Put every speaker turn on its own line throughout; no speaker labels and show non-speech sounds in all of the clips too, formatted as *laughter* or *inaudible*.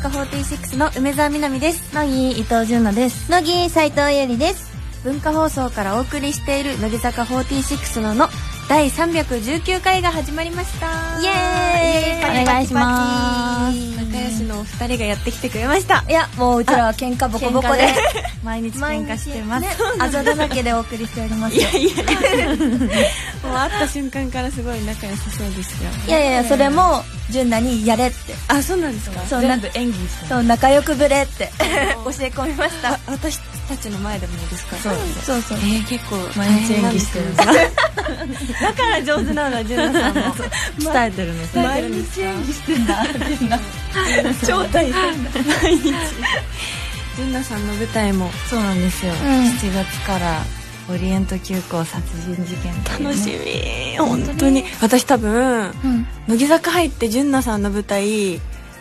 6の梅澤美波です
乃木伊藤純奈です
乃木斉藤優里です
文化放送からお送りしている乃木坂46のの第319回が始まりました
イエーイ
パチパチパチ
お願いします
仲良しのお二人がやってきてくれました
いやもううちらは喧嘩ボコボコで
*laughs* 喧嘩毎日喧嘩してます、
ねあざだらけでお送りしております
いやいやもう会った瞬間からすごい仲良さそうですよ
いやいやそれも純奈にやれって
あそうなんですか
そう
全部演技にして
そう仲良くぶれって教え込みました
あ私たちの前でもですかそう
そうそう
えー、結構
毎日演技してるんです
*laughs* だから上手なのは純奈
*laughs*
さんも
鍛えてるの
毎日演技してんだ
超大変
純奈さんの舞台も
そうなんですよ、
ん
7月からオリエント急行殺人事件っていうね
楽しみ本当に私多分
うん
乃木坂入って純奈さんの舞台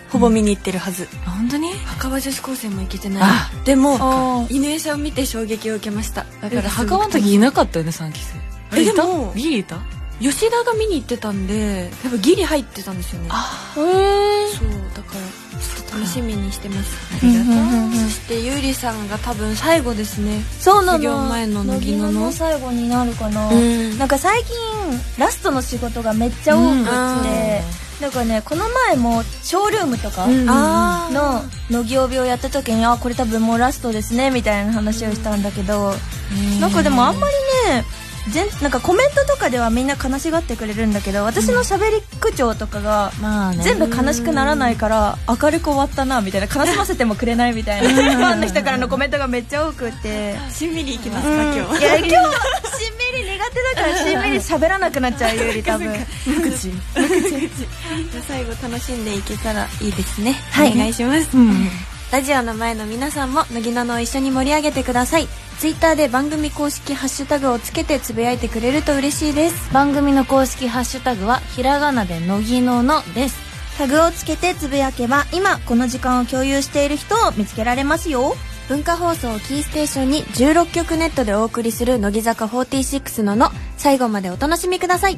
ほぼ見に行ってるはず、
あ本当に
墓場女子高生も行けてない
あ
でも
あ
犬江さんを見て衝撃を受けました
だ
だか
からら
墓
墓場
場の
の
時
時いなかったよね3期生
え
いた
でも
ギリいた
吉田が見に行ってたんでやっぱギリ入ってたんですよねそうだからちょっと楽しみにしてます
ありがとう、
そしてゆうりさんが多分最後ですね
そうなの
卒業前の乃木のの
乃最後になるかな、
うん
なんか最近ラストの仕事がめっちゃ多くって、なんかねこの前もショールームとか
うん
あー
の乃木帯をやった時にあこれ多分もうラストですねみたいな話をしたんだけど、なんかでもあんまりね全なんかコメントとかではみんな悲しがってくれるんだけど私の喋り口調とかが、
まあね
全部悲しくならないから明るく終わったなみたいな悲しませてもくれないみたいなファンの人からのコメントがめっちゃ多くて
しんみり行きます
うん
か今
*laughs* いや今日しんみり苦手だからしんみり喋らなくなっちゃうより多分
無口
日最後楽しんでいけたらいいですね
はい
お願いします
うん
ラジオの前の皆さんも乃木菜のを一緒に盛り上げてくださいツイッターで番組公式ハッシュタグをつけてつぶやいてくれると嬉しいです
番組の公式ハッシュタグはひらがなで乃木ののです
タグをつけてつぶやけば今この時間を共有している人を見つけられますよ
文化放送をキーステーションに16曲ネットでお送りする乃木坂46のの最後までお楽しみください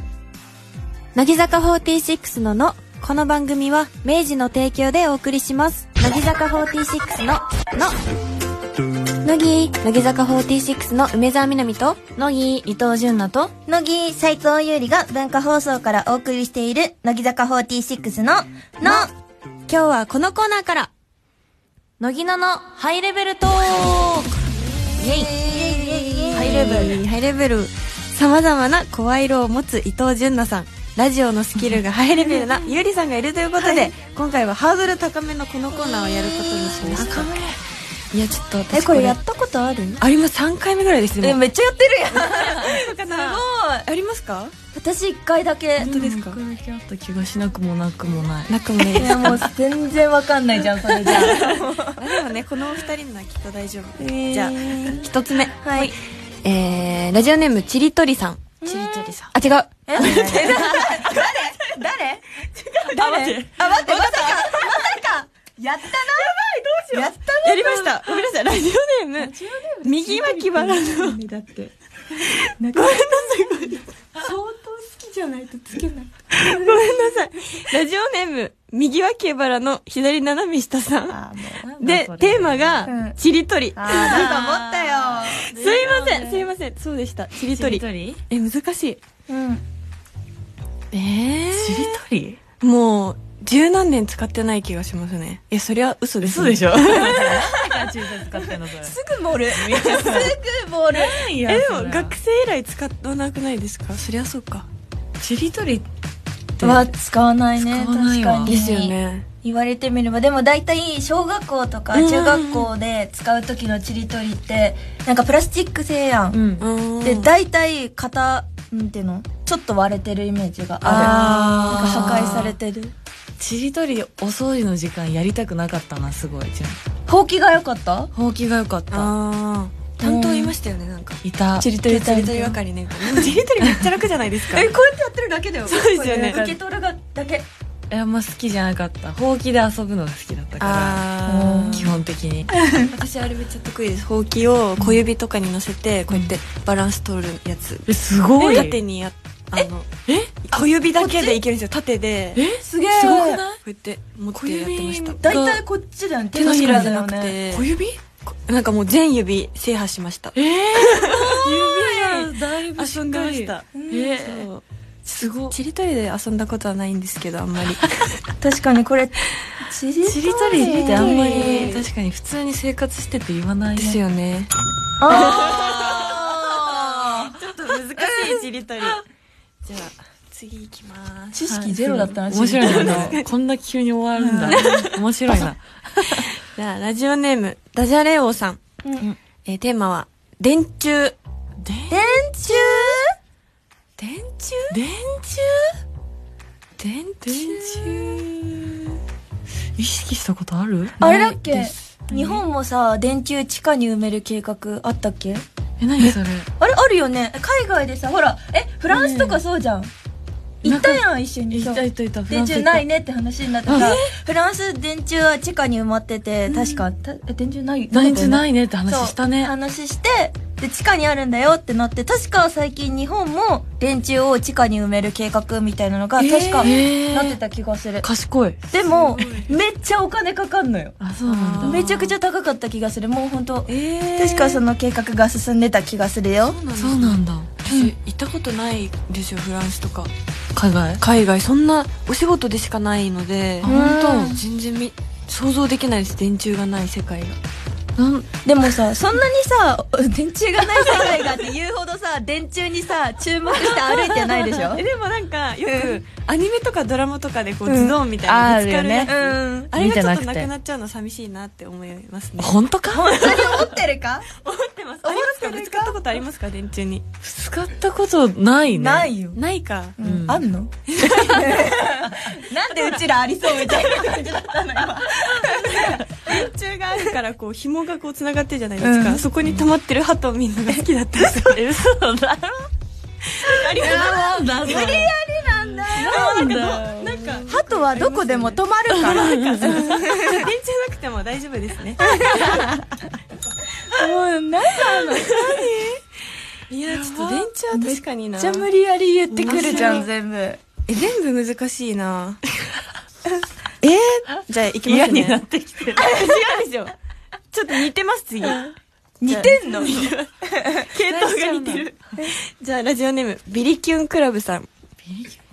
乃木坂46ののこの番組は明治の提供でお送りします乃木坂46のの乃木乃木坂46の梅澤美波と
乃木伊藤純奈と
乃木斉藤優里が文化放送からお送りしている乃木坂46の「の」
今日はこのコーナーから
乃木ののハイレベルトークイエイ
ハイレベルハイレベル様々な声色を持つ伊藤純奈さんラジオのスキルがハイレベルなゆりさんがいるということで、今回はハードル高めのこのコーナーをやることにしましたいやちょっと私
えこれやったことある
あります3回目ぐらいですねもう
めっちゃやってるやん
すごいありますか
私一回だけ
本当ですか
これだけあった気がしなくもなくもない
なくもね
いやもう全然わかんないじゃんそれじ *laughs* ゃ
あでもねこのお二人ならきっと大丈夫、
あ
じゃあ一つ目
あはい
えー、ラジオネームちりとりさん
ちりとりさん
あ違う
え誰誰誰あ待ってまさかまさかやったなやばいどうしようやった
やりましたごめんなさいラジオネーム右脇腹の *laughs*
だって
ごめんなさい。ラジオネーム、右脇腹の左斜め下さ
あも
ん。で
それ、
テーマ
う
が
ん、
ちりとり。
あなんか思ったよ
すいません、すいません。そうでした。ちりとり。
り
え、難しい。
うん
ええ
ちりとり
もう、十何年使ってない気がしますね。え、それは嘘です、
嘘でし
ょ。
ょ何から注射使ってんのそれ
すぐ盛るすぐ盛る
いや
え、で
そ
も、
りゃ
学生以来使わなくないですかそりゃそうか。
ちりとりって
は使わないね
使わない
確
わ
かに
ですよね。
言われてみればでも大体小学校とか
うん
中学校で使う時のちりとりってなんかプラスチック製やん、
うん
うーん
で大体型なんていうのちょっと割れてるイメージがある
あー
なんか破壊されてる
ちりとりお掃除の時間やりたくなかったなすごいじゃあ
ほうきが良かった
ほうきが良かった
あー担当いましたよね、なんか。
いた
ちりとり
ちりとり係ね。でもちりとりめっちゃ楽じゃない *laughs* ですか。
えこうやってやってるだけだよ
そうですよね
これ受け取るがだけ
えあんま好きじゃなかったほうきで遊ぶのが好きだったか
あ
ら
ー
基本的に
私あれめっちゃ得意ですほうきを小指とかに乗せてこうやってバランス取るやつ
えすごい
縦にや
あの
小指だけでいけるんですよ縦で
えすげえ
す
す
ご
ご
く
く
な
ないこうやって持ってやってました
小指大体こっちだよね
手
手
の
の
ひ
ひ
ら
ら
じ
だ
ゃな
よ
くて、
ね
小指
なんかもう全指制覇しました
え
指がだいぶし
遊ん
っ
で
か
まし
り
た、
うん
えー
そう
すごっ
ちりとりで遊んだことはないんですけどあんまり確かにこれちり
しりとりってあんまり確かに普通に生活してて言わないね
*laughs* ですよね
あ
ちょっと難しいちりとり *laughs* じゃあ次いきます
知
はい
識ゼロだったな
面
*laughs*
白
知
い
りとり
なこんな急に終わるんだ面白いな
じゃあラジオネームダジャレ王さん、
ん
えーテーマは「電柱」
で
柱電柱
電柱電柱意識したことある
あれだっけ
ないです
日本もさ電柱地下に埋める計画あったっけ
え何それ
あれあるよね海外でさほらえフランスとかそうじゃん、行ったやん一緒
え
に
い
さ
たいたいたフラ
電
ンス
柱
行った
ないねって話になってさフランス電柱は地下に埋まってて確か、たえ電柱ない
電柱ないいねって話したね
話してで地下にあるんだよってなって確か最近日本も電柱を地下に埋める計画みたいなのが確か
えー
なってた気がする、
賢い
でもめっちゃお金かかんのよ
あそうなんだ
めちゃくちゃ高かった気がするもう本当
え
確かその計画が進んでた気がするよ
そうなんだ
私行ったことないですよフランスとか
海外
海外そんなお仕事でしかないので
あ本
全然み想像できないです電柱がない世界が
当なん
でもさそんなにさ電柱がない世界がって言うほど
*laughs*
さ電柱にさ注目して歩いてないでしょ
*laughs* えでもなんかよく、
う
アニメとかドラマとかでこう、
うん
ズドンみたいなぶつかるやつ
う
あ,、
ん
れ
見て
がち
なくて
ょっとなくなっちゃうの寂しいなって思いますね
本当か
本当に思ってるか
思ってますありますかぶつかったことありますか電柱に
使ったことないね
ないよ、
ないか
うんん、あんのなんでうちらありそうみたいな感じだったの今
電柱があるからこう紐がこうつながってるじゃないですか、
うん
そこに溜まってる鳩をみんなが好きだったんですよ
え嘘だろありなんだ無理や
なんだ
り
でも
だ
なんか
鳩はどこでも止まる
*laughs*
から
電柱なくても大丈夫ですね
もう何なの
いやちょっと電柱は確かにな
めっちゃ無理やり言ってくるじゃ
面
ん全部
え全部難しいなえー、じゃあ行きま
嫌
す
になっ
ね
てきてる
違うでしょちょっと似てます次
似てんの
系統が似てる *laughs* じゃあラジオネームビリキュンクラブさん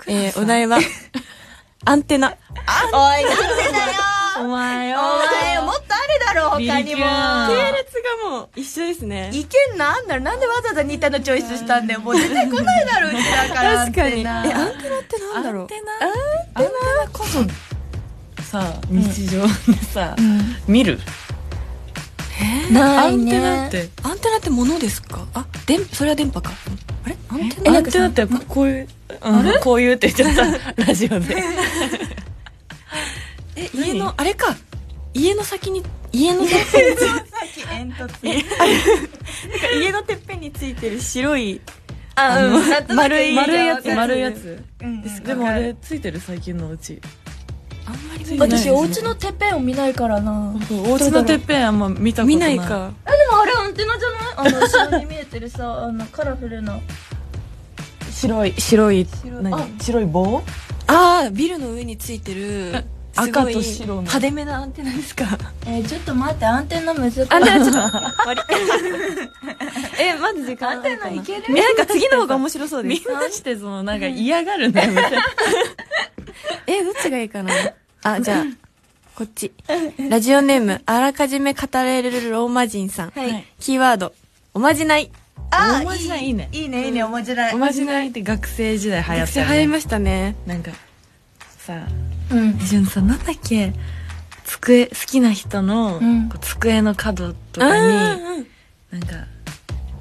えー、お題 *laughs* はアンテナ
おい、なんでだよ
お前
お
よ
前、もっとあるだろ、他に
ビリ
も
キ。
系
ュ
列がもう一緒ですね
いけんな、あんなの、なんでわざわざ似たのチョイスしたんだよ。もう絶対来ないだろ、うちだから。
確かにえ
なん
ア
てな
ンテナってなんだろう
アンテナこそさ日常でさ、見る
な
ア
い
ンテ
ね
ナって
アンテナってものですかあ電それは電波かあれアンテ
ア
ナ
ンテナってここういう、うん、こういうって言っちゃ *laughs* ったラジオで
え
何
家のあれか家の先に家のてっぺんについ
さっき煙突。
て家のてっぺんについてる白い
あ、うん。なんとなく
丸い
丸いやつ
わかる
丸いやつ
うんうん
でも
わ
あ
かる
れついてる最近のうち
あんまり見ない
私、お家のてっぺんを見ないからな。
お家のてっぺんあんま見たことない
見ないか
え、でもあれ、アンテナじゃないあの、後ろに見えてる *laughs* さ、あの、カラフルな。
白い白い
白い
何
あ
白い棒
ああビルの上について *laughs* るすごい
赤と白の
派手めなアンテナです *laughs* か
えー、ちょっと待って、アンテナ難しい。
アンテナちょ
*laughs*
っと終わりえまず時間
アンテナいける
なんか次の方が面白そうで
みん
す
なしてそのなんか嫌がる
*laughs*
ねみたいな
えどっちがいいかなあじゃあこっちラジオネームあらかじめ語れるローマ人さん
はい。
キーワードおまじない
あ
おまじないいいね
いいね、いいね、おまじない
お。まじないって学生時代流行っ
私
た
流
よ
行り
ね
ましたね
なんかさ
うん。
じゅんさんなんだっけ机好きな人の、
うん
こう机の角
う
とかに
ん
なんか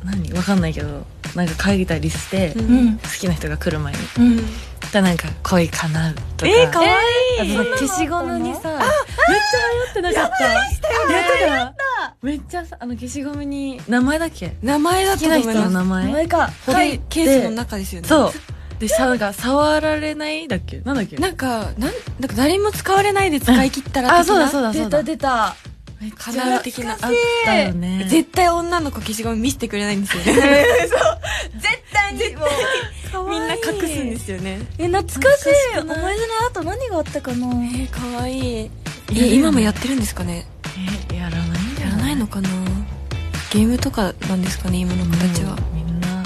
何わかんないけどなんか書いたりして、
うん
好
うん。
きな人が来る前に
うん。
だなんか恋叶うとか
えー、かわいい
あとなんか消しゴムにさめっちゃ流行ってなかったやったやっためっちゃさあの消しゴムに名前だっけ
名前だ
好
と
きな
思い
人の
ま
名
お
前
前か。
す
は
はいいケースの中ですよね
そうでさなんか触られないだっけなんだっけ
なんかなんなんか誰も使われないで使い切ったら
あそうだそう
だ
だそ
出
うだ
た出た。
叶う的な
あったよね
絶対女の子消しゴム見せてくれないんですよね
絶対にもう、わい
み
い
んな隠すんですよね
え懐かしい思
懐かしくない
い出の後何があったかな
えー、かわいいえ今もやってるんですかね
えやらないんじ
や
ゃ
ら
ない
ないのかなゲームとかなんですかね今の子たちは
もうみんな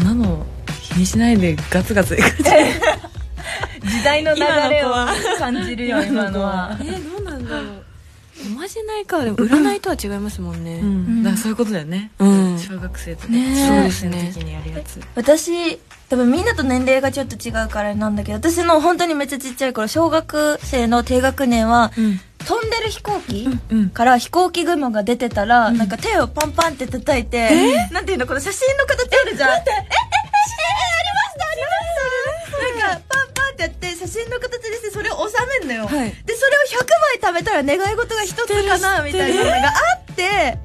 そんなの気にしないでガツガツ
時代の流れを
今の
感じるよ今のは
えー、どうなんだろうおまじないかでも占いとは違いますもんね
うんだからそういうことだよね
うん
小学生とか
ねえ
小学生の時にやるやつ
私多分みんなと年齢がちょっと違うからなんだけど私の本当にめっちゃちっちゃい頃小学生の低学年は
うん
飛んでる飛行機、
うん
から飛行機雲が出てたら、なんか手をパンパンって叩いて、なんていうのこの写真の形あるじゃんえええええありましたありましたなんかパンパンってやって写真の形にしてそれを収めんのよ、
はい
でそれを100枚食べたら願い事が一つかなみたいなのがあって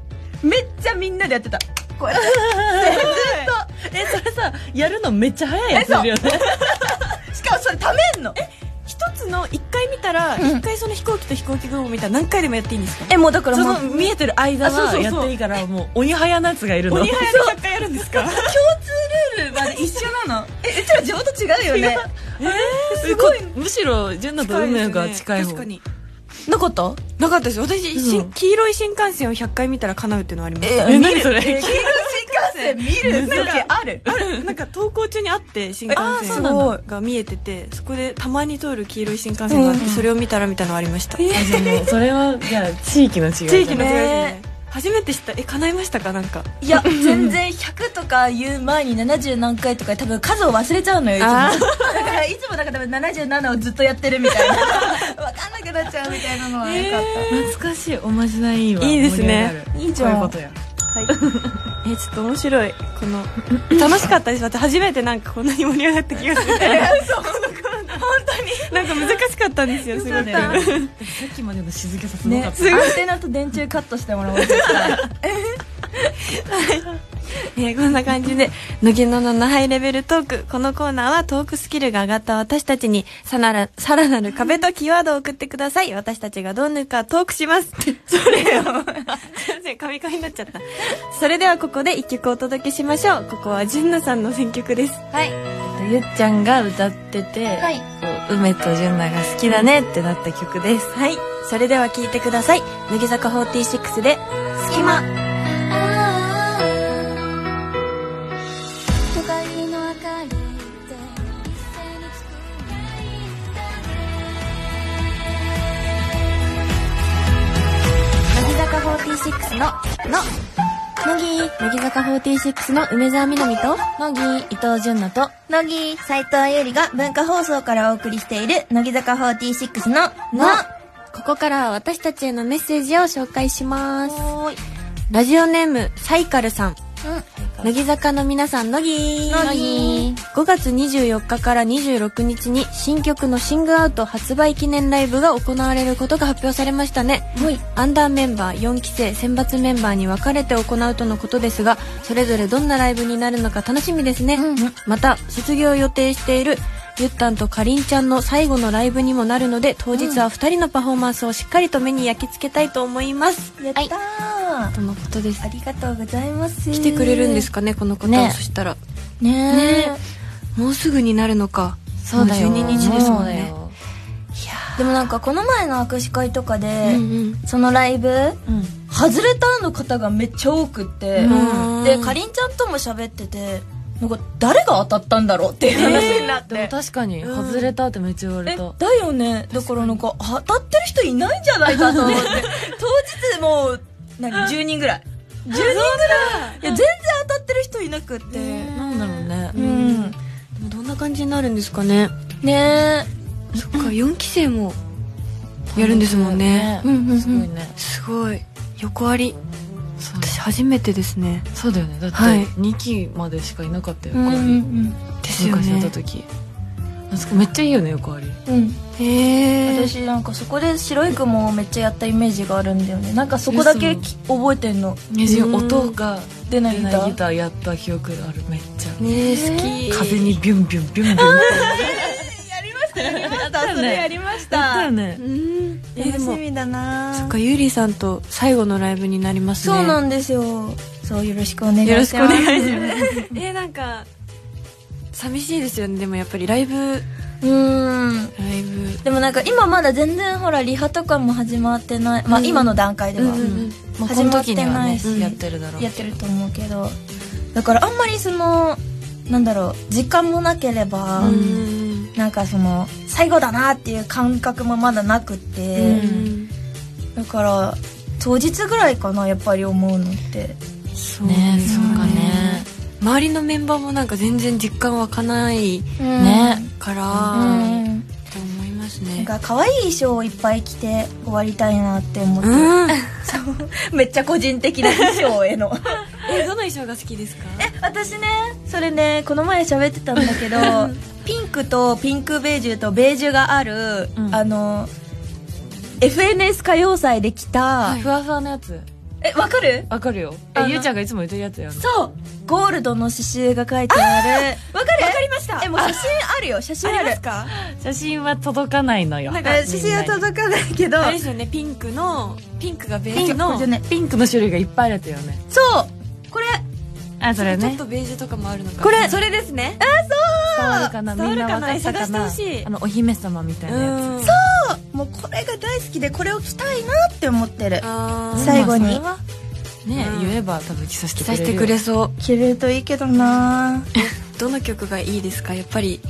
めっちゃみんなでやってたこうやって
えそれさやるのめっちゃ早いやついるよね
しかもそれためんのえ
一つの一回見たら
うん
一回その飛行機と飛行機雲を見たら何回でもやっていいんですか
もうだから
そ
もう
の見えてる間
あそう
は
そう
や
そう
っていいからもう鬼早なやつがいるの
鬼早で100回やるんですか
ルールまで一緒なのえうちら地元違うよね
すごいむしろ純奈と運命が近い方
確かに
なかった
なかったです私、し
うん
黄色い新幹線を100回見たら叶うっていうのはあります
え何それ
黄色い新幹線見る時ある
あるなんか登校中にあって新幹
あーそう
線
な
が見えててそこでたまに通る黄色い新幹線があってそれを見たらみたいなのありました、
あじゃあもうそれはじゃあ地域の違い
地域の違いですね
ね
初めて知ったえ叶いましたかなんか
いや全然100とか言う前に70何回とか多分数を忘れちゃうのよいつも
あ
だからいつもだから多分77をずっとやってるみ
*laughs*
たいな分かんなくなっちゃうみたいなのはよかっ
懐かしいおまじないいいわ
いいですね
盛り上がる
いいじゃん
こういうことや
えちょっと面白いこの楽しかったです私初めてなんかこんなに盛り上がった気がする本当になんか難しかったんですよすごく
だよねさっきまでの静けさす
た
ご
ね
かっ
ア
た
ンテナと電柱カットしてもらおうとした
えーこんな感じで、乃木ののハイレベルトーク。このコーナーはトークスキルが上がった私たちに、さなら、さらなる壁とキーワードを送ってください。私たちがどうぬかトークします。それよ。すいません、カミカミになっちゃった。それではここで一曲お届けしましょう。ここは純奈さんの選曲です。
*laughs* ゆっちゃんが歌ってて、
はい
梅と純奈が好きだねってなった曲です
はい。それでは聴いてください。乃木坂46で、隙間。
都会の明かりで一斉に作り
乃木坂46の、の、乃木、乃木坂46の梅澤美波と、乃木、伊藤純奈と、
乃木斉藤優里が文化放送からお送りしている乃木坂46の「
の、ここからは私たちへのメッセージを紹介します。ラジオネーム、サイカルさん。乃木坂の皆さん、乃木
乃木
5月24日から26日に新曲のシングアウト発売記念ライブが行われることが発表されましたね。アンダーメンバー4期生選抜メンバーに分かれて行うとのことですがそれぞれどんなライブになるのか楽しみですね、また卒業を予定しているゆったんとかりんちゃんの最後のライブにもなるので当日は2人のパフォーマンスをしっかりと目に焼き付けたいと思います
やったー、
とのことです
ありがとうございます
来てくれるんですかね、この方。
ね
そしたら。
ね
ねもうすぐになるのか。
そうだよ
も12日ですもんね。
でもなんかこの前の握手会とかで、
うんうん
そのライブ、
ん
外れたの方がめっちゃ多くって、
うん
でかりんちゃんとも喋っててなんか誰が当たったんだろうっていう話になって、
でも確かに
うん
外れたってめっちゃ言われ
え
た、
だよねだからなんか当たってる人いないんじゃないかと思って *laughs* 当日もう何10人ぐらい10人ぐらいいや全然当たってる人いなくって、
なんだろうね、
うん
でもどんな感じになるんですかね。
ね
そっか、4期生もやるんですもんね。
うんすごいね
すごい。横あり。
そう
私初めてですね。
そうだよねだって
はい
2期までしかいなかったよ、
うんう
横あり
ん
ですよ
昔やった
ね。
時懐かめっちゃいいよね横あり
うん
へえ。
私なんかそこで白い雲をめっちゃやったイメージがあるんだよねなんかそこだけ
嘘
き覚えてんの
うん
音が
出ない
出
ギタ
ない
ー
ギターやった記憶があるめっちゃ
ねえ、好き。
風にビュンビュンビュンビュンだ
だそれやりまし
ったよ
た
ね
うん。え、でも、
みだ
そっ
な
か、ゆりさんと最後のライブになりますね。
そうなんですよそうよろしくお願いしま
よろし
す
くお願いします。え、なんか、寂しいですよねでもやっぱりライブ
うーん
ライブ
でもなんか今まだ全然ほらリハとかも始まってない、まあ今の段階では、
まあ、こ
始
の
まっ
時
て
には
ない
ね
し、
やってるだろう
やってると思うけどだからあんまりそのなんだろう時間もなければ、
うん
なんかその最後だなっていう感覚もまだなくて、だから当日ぐらいかなやっぱり思うのって
そう
ねそうかね
周りのメンバーもなんか全然実感湧かない
ね
から、
うん
と思います
なん
ね
か可愛い衣装をいっぱい着て終わりたいなって思って、
うん
*laughs* めっちゃ個人的な衣装への
えどの衣装が好きですか
私ねそれねこの前喋ってたんだけど *laughs* ピンクとピンクベージュとベージュがある、
うん
あの FNS 歌謡祭で着た、
はい
ふわふわのやつ
えわかる
わかるよ
あの
えゆうちゃんがいつも言ってるやつやん
そうゴールドの刺繍が書いてあるわかるわかりましたえもう写真あるよ写真ある
か
写真は届かないのよ
なんか写真は届かないけど
あれですよねピンクのピンクがベー
ピ
ジ
ン
ュ
ク
の
じゃね
ピンクの種類がいっぱいあるやつよね
そうこれ
あそれ
ちょっ
ね
とベージュとかもあるのかな
これそれですねあ
伝わるかなみ
伝わ
ん
る
な
か
わ
な
かったかな
探してほしい
あのお姫様みたいなや
うん
もうこれが大好きでこれを着たいなって思ってる
あー
最後に
まあそれは
つね
うん
言えば多分着させて
着
くれ
さ
る
せてくれそ
着れるといいけどな
うどの曲がいいですかやっぱり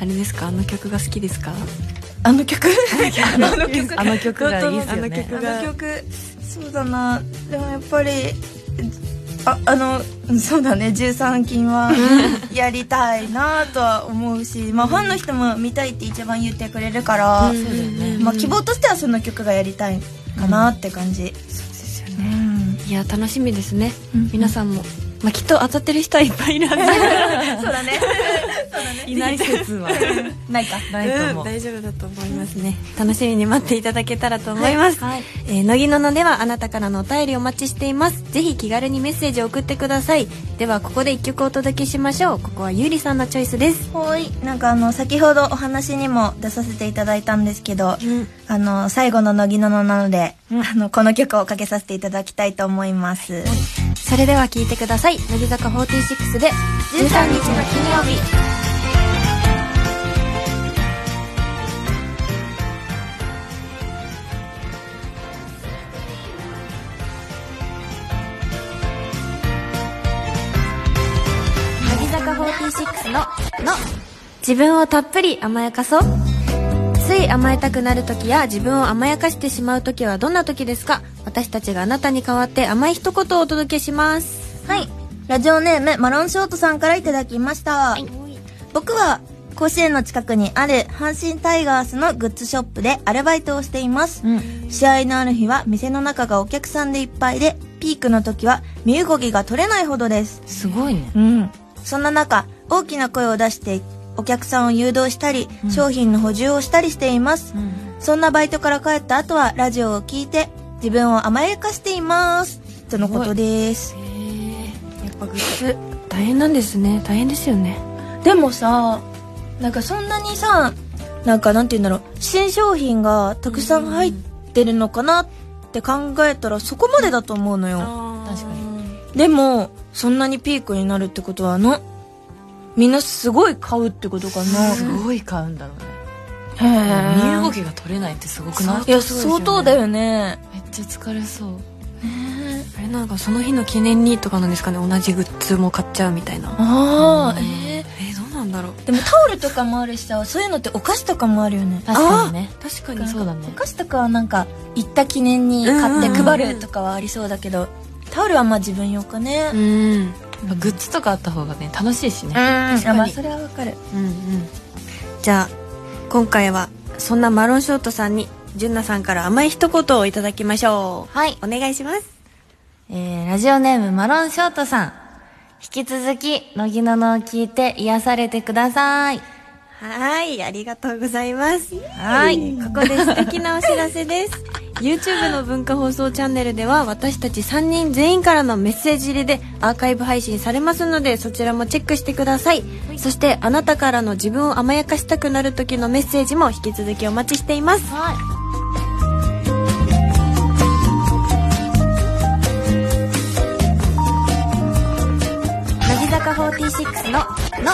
あれですかあの曲が好きですか
あの曲あの曲
あの曲がいいですよ
あの
ね
曲
あの曲そうだなでもやっぱりああのうんそうだね13金 *laughs* はやりたいなとは思うし、まあ、ファンの人も見たいって一番言ってくれるから、
ん
そうだよね
まあ、希望としてはその曲がやりたいかなって感じ、
そうですよ
う
ね
ん
いや楽しみですね
うん
皆さんもまあきっと当たってる人はいっぱいいる *laughs* はず
そうだね
いない説は
*laughs* ないか
ないと
う
思
ん
う
大丈夫だと思いますね楽しみに待っていただけたらと思います、えー乃木ののではあなたからのお便りお待ちしていますぜひ気軽にメッセージを送ってくださいではここで一曲お届けしましょうここはゆりさんのチョイスです
はいなんかあの先ほどお話にも出させていただいたんですけど、あの最後の乃木ののなので、あのこの曲をかけさせていただきたいと思います、
それでは聴いてください乃木坂46で
13日の金曜日
乃木坂46の「の」自分をたっぷり甘やかそうつい甘えたくなる時や自分を甘やかしてしまう時はどんな時ですか私たちがあなたに代わって甘い一言をお届けします
はい。ラジオネーム、マロンショートさんからいただきました。僕は、甲子園の近くにある阪神タイガースのグッズショップでアルバイトをしています。試合のある日は店の中がお客さんでいっぱいで、ピークの時は身動きが取れないほどです。
すごいね
うん。そんな中、大きな声を出してお客さんを誘導したり、商品の補充をしたりしています。そんなバイトから帰った後はラジオを聞いて、自分を甘やかしています。とのことです。
やっぱグッズ大変なんですね大変ですよね
でもさなんかそんなにさなんかなんて言うんだろう新商品がたくさん入ってるのかなって考えたらそこまでだと思うのよ
確かに
でもそんなにピークになるってことはあのみんなすごい買うってことか
すごい買うんだろうね
な
身動
き
きが取れないってすごくない
いや相当だよね
めっちゃ疲れそう
あれなんかその日の記念にとかなんですかね同じグッズも買っちゃうみたいな
ああ
うん
えー
えーどうなんだろう
でもタオルとかもあるしさそういうのってお菓子とかもあるよね
確かにね
確か
に
に
そうだね
お菓子とかはなんか行った記念に買って配るとかはありそうだけど、タオルはまあ自分用かね
うんうん
やっぱグッズとかあった方がね楽しいしね
あまあ
に
それはわかる
うんじゃあ今回はそんなマロンショートさんに純奈さんから甘い一言をいただきましょう
はい。
お願いします
えー、ラジオネームマロンショートさん。引き続き、乃木ののを聞いて癒されてください。
はいありがとうございます
はい。
ここで素敵なお知らせです YouTube の文化放送チャンネルでは私たち3人全員からのメッセージ入りでアーカイブ配信されますのでそちらもチェックしてください、そしてあなたからの自分を甘やかしたくなる時のメッセージも引き続きお待ちしています
は
乃木坂46の「の」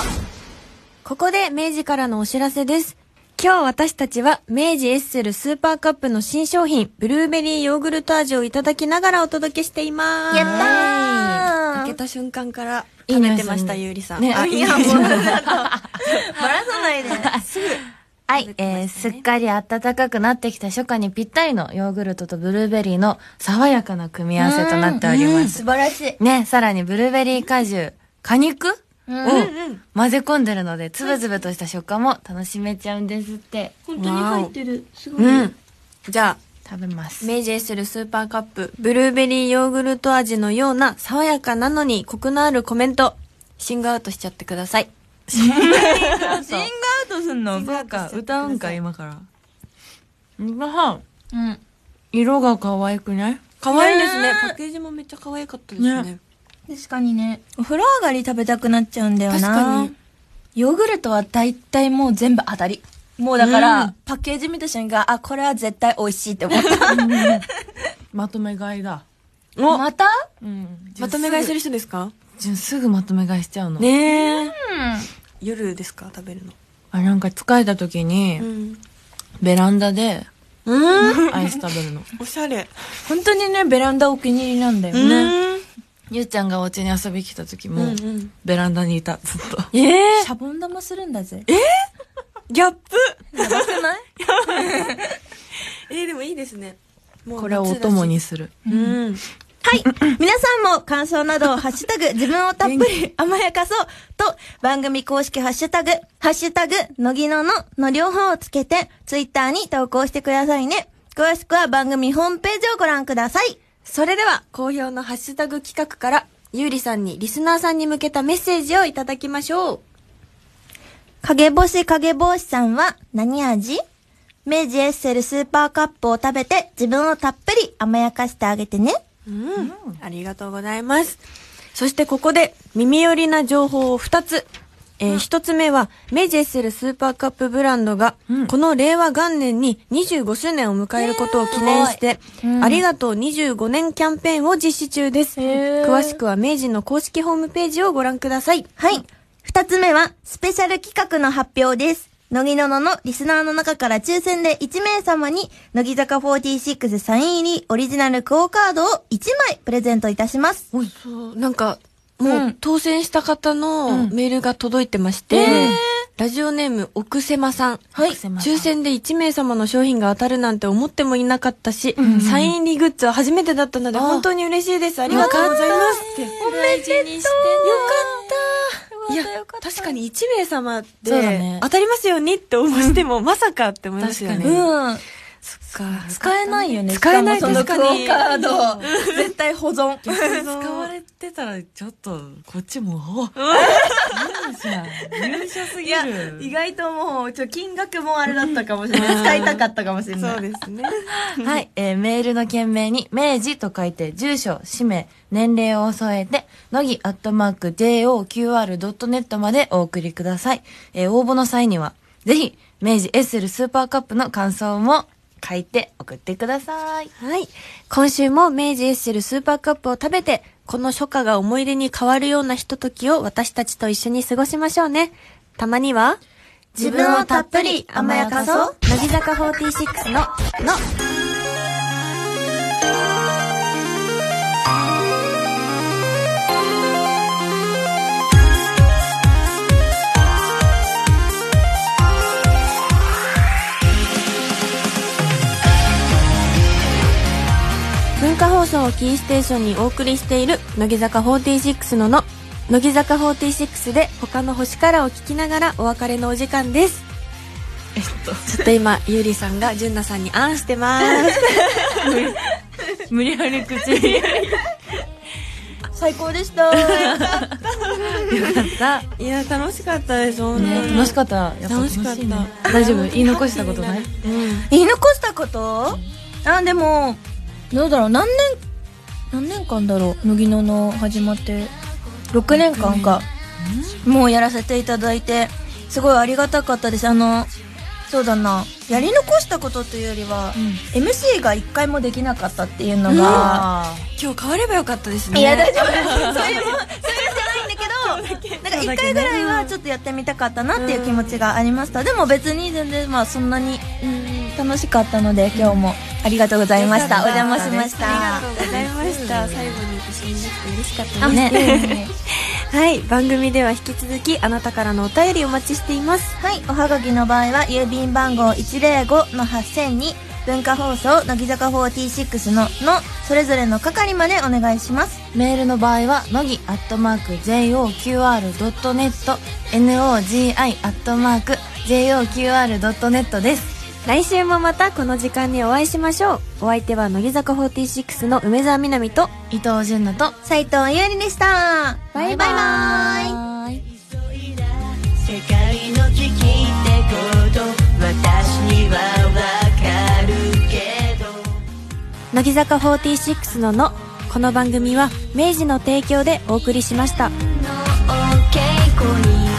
ここで明治からのお知らせです。今日私たちは明治エッセルスーパーカップの新商品、ブルーベリーヨーグルト味をいただきながらお届けしています。
やったー
開けた瞬間から
いい
食
匂い
べて
する
ました、ゆうりさん。
ね
あ
いい
*laughs* いい匂い
ばらさない
*laughs*
で。すぐ。
はい、えー、すっかり暖かくなってきた初夏にぴったりのヨーグルトとブルーベリーの爽やかな組み合わせとなっております。
素晴らしい。
ね、さらにブルーベリー果汁、果肉を混ぜ込んでるので、つぶつぶとした食感も楽しめちゃうんですって。
本当に入ってる。すごい。
うん。じゃあ、
食べます。
明治エッセルスーパーカップ、ブルーベリーヨーグルト味のような爽やかなのにコクのあるコメント、シングアウトしちゃってください。
シングアウトすんのそうか、歌うんか、今から。
今さ、
うん。
色が可愛くない
可愛いですね。パッケージもめっちゃ可愛かったですね。
ね
確かにね。お風呂上がり食べたくなっちゃうんだよな。
確かに。
ヨーグルトは大体もう全部当たり。もうだから、
うん
パッケージ見た瞬間、あ、これは絶対美味しいって思った。
まとめ買いだ。
また
うん。
まとめ買いする人ですか
じゅんすぐまとめ買いしちゃうの。
ねえ、夜ですか食べるの。
あ、なんか疲れた時に、
ん。
ベランダで
うん。
アイス食
*laughs*
べるの。
おしゃれ。
本当にね、ベランダお気に入りなんだよね。
ね。
ゆうちゃんがお家に遊び来た時
う
も、
んうん。
ベランダにいた、ずっと。
ええ
シャボン玉するんだぜ。
ギャップ
やばくない
ええでもいいですね。もう
これをお供にする。
うん。
*laughs* はい。皆さんも感想などをハッシュタグ、自分をたっぷり甘やかそうと、番組公式ハッシュタグ、ハッシュタグ、のぎののの両方をつけて、ツイッターに投稿してくださいね。詳しくは番組ホームページをご覧ください。
それでは、好評のハッシュタグ企画から、ゆうりさんに、リスナーさんに向けたメッセージをいただきましょう。
影星影帽子さんは何味明治エッセルスーパーカップを食べて自分をたっぷり甘やかしてあげてね。
うん、ありがとうございます。そしてここで耳寄りな情報を2つ。えー、1つ目は、明治エッセルスーパーカップブランドが、この令和元年に25周年を迎えることを記念して、ありがとう25年キャンペーンを実施中です。詳しくは明治の公式ホームページをご覧ください。
はい。二つ目はスペシャル企画の発表です。乃木のののリスナーの中から抽選で1名様に、乃木坂46サイン入りオリジナルクオカードを1枚プレゼントいたします。
そう、なんか、もう、当選した方のメールが届いてまして、ラジオネーム、奥狭さん。
はい
抽選で1名様の商品が当たるなんて思ってもいなかったし、サイン入りグッズは初めてだったので、本当に嬉しいです。ありがとうございます。って。おめでとうよかったいや、確かに1名様で、
そうだね
当たりますようにって思っても、まさかって思いますよね。
確かに
うん。
そっか
使えないよね。
使えない
しかもその
確かに
クオカード。絶対保存。
使われてたら、ちょっと、こっちも、おぉ。じゃん。入社す
い
ぎ
や、
る。
意外ともう、ちょ、金額もあれだったかもしれない。使いたかったかもしれない。
そうですね。
はい、えーメールの件名に、明治と書いて、住所、氏名、年齢を添えて、のぎアットマーク JOQR.net までお送りください。えー応募の際には、ぜひ、明治エッセルスーパーカップの感想も書いて送ってください。
はい。今週も明治エッセルスーパーカップを食べて、この初夏が思い出に変わるようなひとときを私たちと一緒に過ごしましょうね。たまには、
自分をたっぷり甘やかそう
乃木坂46の、の、文化放送をキーステーションにお送りしている乃木坂46のの乃木坂46で他の星からを聞きながらお別れのお時間ですえっとちょっと今ゆうりさんが純奈さんにあんしてます
*laughs*
無理やり口に入れ
最高でした。
た。
いや楽しかったです本当
ね、楽しかった。やっぱ楽しいね
楽しかっ
大丈夫言い残したことない
言い残したことあ、でも、どうだろう、何年、何年間だろう、乃木のの始まって。6年間か。もうやらせていただいて、すごいありがたかったです。あの、そうだな、やり残したことというよりは、MC が1回もできなかったっていうのが、
あ
今日変わればよかったですね
いや、大丈夫です。それも、それじゃないんだけど、なんか一回ぐらいはちょっとやってみたかったなっていう気持ちがありました。でも別に全然まあそんなに楽しかったので今日もありがとうございました。お邪魔しました。
とうございました。最後に一緒にできて嬉しかった
あね。
はい、番組では引き続きあなたからのお便りお待ちしています。
*laughs* はい、おはがきの場合は郵便番号105の8000に文化放送乃木坂46ののそれぞれの係までお願いします。
メールの場合は、のぎ、アットマーク、joqr.net、nogi、アットマーク、joqr.net です。
来週もまたこの時間にお会いしましょう。お相手は乃木坂46の梅澤美波と
伊藤純奈と、
斉藤優里でした。バイバイバイ
世界の危機ってこと私にはわかるけど
乃木坂46ののこの番組は明治の提供でお送りしました
のお稽古に